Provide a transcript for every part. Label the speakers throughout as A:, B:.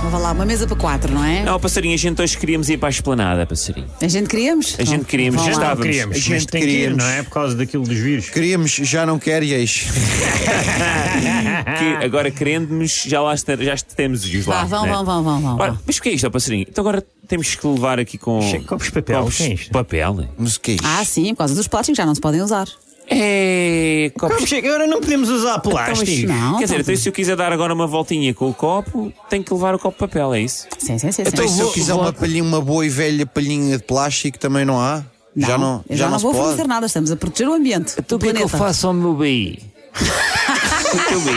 A: Então vá lá, uma mesa para quatro, não é?
B: Não, passarinho, a
C: então,
B: gente hoje queríamos ir para a esplanada, passarinho.
A: A gente queríamos?
B: A gente queríamos, já
A: Vão lá.
B: estávamos.
C: Queríamos,
B: A
C: mas
B: gente
C: tem que ir,
B: queríamos.
C: não é? Por causa daquilo dos vírus.
D: Queríamos, já não quer e eis.
B: Que agora querendo-nos, já lá este- já temos os lá.
A: Vá, vão,
B: né?
A: vão, vão, vão, vão.
B: Ora,
A: vão.
B: mas o que é isto, ó, passarinho? Então agora temos que levar aqui com.
C: Che- copos de papel,
B: Copos
C: o que é
B: de
C: isto?
B: papel.
D: Mas o que é isto?
A: Ah, sim, por causa dos plásticos já não se podem usar.
B: É. Copos.
C: Vamos, chega, Agora não podemos usar plástico.
A: não,
B: Quer
A: então-
B: dizer, então se eu quiser dar agora uma voltinha com o copo, tenho que levar o copo de papel, é isso?
A: Sim, sim, sim.
D: Então,
A: sim.
D: se eu quiser uma, palhinha, uma boa e velha palhinha de plástico, também não há? já não,
A: eu já, não,
D: se
A: vou
D: pode?
A: fazer nada, estamos a proteger o ambiente. o
B: é
A: planeta.
B: ao meu BI? o teu BI?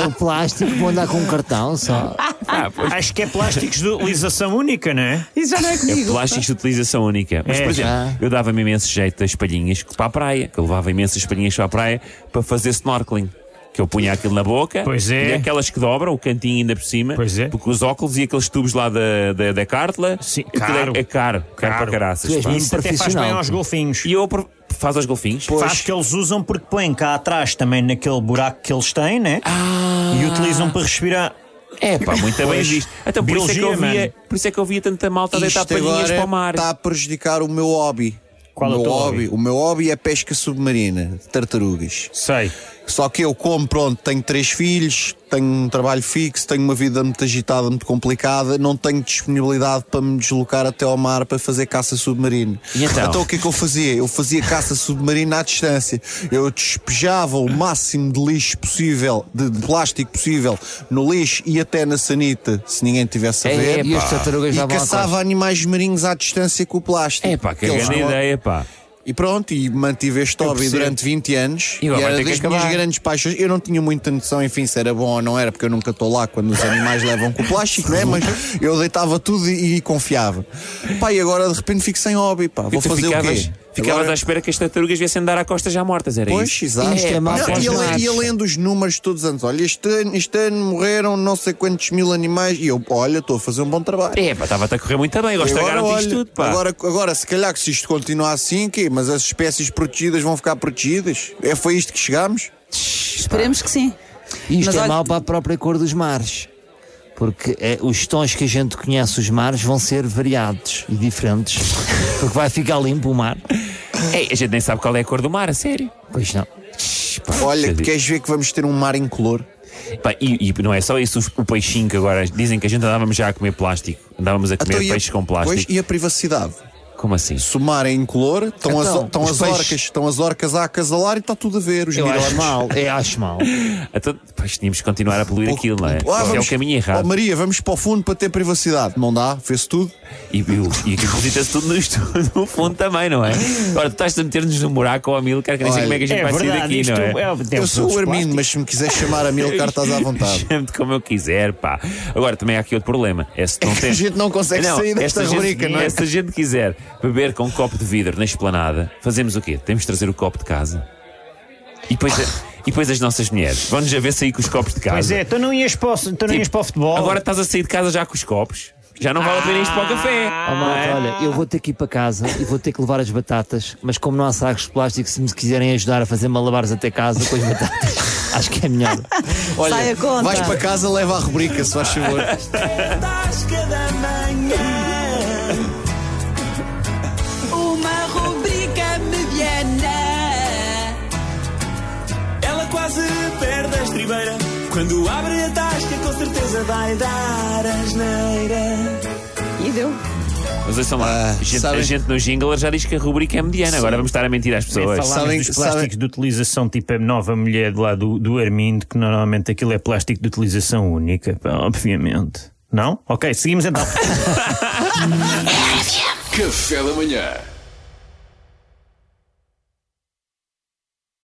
E: É o plástico, vou andar com um cartão só.
B: Ah, pois.
C: Acho que é plásticos de utilização única, não é?
A: Isso já não é
B: É
A: comigo.
B: plásticos de utilização única. Mas,
C: É,
B: por exemplo,
E: já.
B: eu dava-me imenso jeito das palhinhas para a praia. Que eu levava imensas palhinhas para a praia para fazer snorkeling. Que eu punha aquilo na boca.
C: Pois é.
B: E aquelas que dobram, o cantinho ainda por cima.
C: Pois é.
B: Porque os óculos e aqueles tubos lá da, da, da cártula.
C: Sim,
B: aquilo
C: caro.
B: É, é caro. Caro para
C: Caro.
B: caraças.
E: Tu és
B: pá.
E: mesmo
C: Isso até faz
E: profissional,
C: bem aos
E: pô.
C: golfinhos.
B: E eu apro- faz aos golfinhos.
C: Faz que eles usam porque põem cá atrás também naquele buraco que eles têm, né?
B: Ah.
C: E utilizam para respirar.
B: É pá, muito bem
C: Pois.
B: visto. Então, por isso, é que eu
C: Biologia,
B: via,
C: mano.
B: por isso é que eu via tanta malta a deitar
D: Isto
B: palhinhas
D: agora tá-
B: para o mar.
D: está a prejudicar o meu hobby.
C: Qual
D: o
C: é o
D: meu
C: teu hobby?
D: O meu hobby é pesca submarina de tartarugas.
C: Sei.
D: Só que eu, como pronto, tenho três filhos, tenho um trabalho fixo, tenho uma vida muito agitada, muito complicada, não tenho disponibilidade para me deslocar até ao mar para fazer caça submarino.
B: E então?
D: o que é que eu fazia? Eu fazia caça submarina à distância. Eu despejava o máximo de lixo possível, de, de plástico possível, no lixo e até na sanita, se ninguém tivesse a ver.
E: e as tartarugas
D: E
E: já vão à
D: caçava
E: costa.
D: animais marinhos à distância com o plástico.
B: É pá, que
D: Eles
B: grande
D: não-
B: ideia, pá.
D: e pronto, e mantive este hobby
C: percebo.
D: durante 20 anos.
B: E
D: E
B: agora vai
D: era
B: ter que
D: das minhas
B: acabar.
D: grandes paixões. Eu não tinha muita noção, enfim, se era bom ou não era, porque eu nunca estou lá quando os animais levam com o plástico, não é? Mas eu deitava tudo e, e confiava. Pá, e agora de repente fico sem hobby, pá. Vou
B: E tu
D: fazer o
B: ficavas,
D: quê?
B: Ficavas
D: Agora-
B: à espera que as tartarugas viessem dar à costa já mortas, era
D: Pois,
B: isso?
D: exato.
E: Isto é mau
D: Não,
E: para
D: e,
E: os
D: ele,
E: mares.
D: e ele lendo os números todos os anos. Olha, este ano, este ano morreram não sei quantos mil animais. E eu, olha, estou a fazer um bom trabalho.
B: É, pá, estava a correr muito bem, agora estragaram-te isto
D: olha,
B: tudo, pá.
D: Agora, agora, se calhar que se isto continuar assim, quê? mas as espécies protegidas vão ficar protegidas? É, foi isto que chegámos?
A: Esperemos que sim.
E: Isto
A: Mas
E: é
A: olha-
E: mau para a própria cor dos mares. Porque eh, os tons que a gente conhece os mares vão ser variados e diferentes. Porque vai ficar limpo o mar.
B: Ei, a gente nem sabe qual é a cor do mar, a sério.
E: Pois não.
D: Olha,
B: Deixa eu
D: queres ver que vamos ter um mar incolor?
B: Pá, e, e não é só isso, os- o peixinho que agora dizem que a gente andávamos já a comer plástico. Andávamos a comer
D: Então, e a-
B: peixes com plástico.
D: Pois, e a privacidade?
B: Como assim?
D: Se o mar é incolor, estão, as,
E: Então,
D: estão,
E: os
D: as
E: peixes-
D: orcas, estão as orcas a acasalar e está tudo a ver. Os Ah,
E: Eu
D: mirões.
E: acho mal. Eu é acho mal.
B: Então, pois, tínhamos que continuar a poluir aquilo, não é?
D: Ah,
B: Isso é o
D: vamos-
B: caminho errado.
D: Oh, Maria, vamos para o fundo para ter privacidade. Não dá? Vê-se tudo?
B: E, e, o- e aquilo visita-se tudo no, estudo, no fundo também, não é? Agora, tu estás a meter-nos num buraco ou a mil, quero que nem sei
D: Olha,
B: como é que a gente
C: É
B: vai sair
C: verdade,
B: daqui,
C: isto
B: não é?
D: um-
C: é,
D: Eu sou o Armindo, mas se me quiser chamar a Milcar, estás à vontade.
B: Chame-te como eu quiser, pá. Agora, também há aqui outro problema. É se não
D: que
B: tem-
D: a gente não consegue sair desta
B: esta gente-
D: rubrica, não é?
B: é, Se a gente quiser beber com um copo de vidro na esplanada, fazemos o quê? Temos de trazer o copo de casa. E depois, e depois as nossas mulheres. Vão-nos a ver sair com os copos de casa.
C: Pois é, tu não ias para o, tu não ias para o futebol.
B: Tipo, Agora estás a sair de casa já com os copos. Já não vale a pena isto para o café.
D: Ah,
E: Ó, malta,
B: não é?
E: olha, eu vou ter que ir para casa e vou ter que levar as batatas, mas como não há sacos de plástico, se me quiserem ajudar a fazer malabares até casa com as batatas, acho que é melhor.
A: Sai a conta.
D: Vais para casa, leva a rubrica, se faz favor.
F: Tasca da manhã.
A: Uma rubrica mediana.
F: Ela quase perde a estribeira. Quando abre a tasca, com certeza vai dar asneira.
A: E deu.
B: Mas ouçam lá,
D: Ah,
B: a, gente,
D: sabem-
B: a gente no Jingler já diz que a rubrica é mediana. Agora vamos estar a mentir às pessoas.
C: Falámos
D: Sabem-
C: dos
D: sabem-
C: É plásticos de utilização tipo a nova mulher de lá do, do Armindo, que normalmente aquilo é plástico de utilização única, pá, obviamente. Não? Ok, seguimos então.
G: Café da manhã.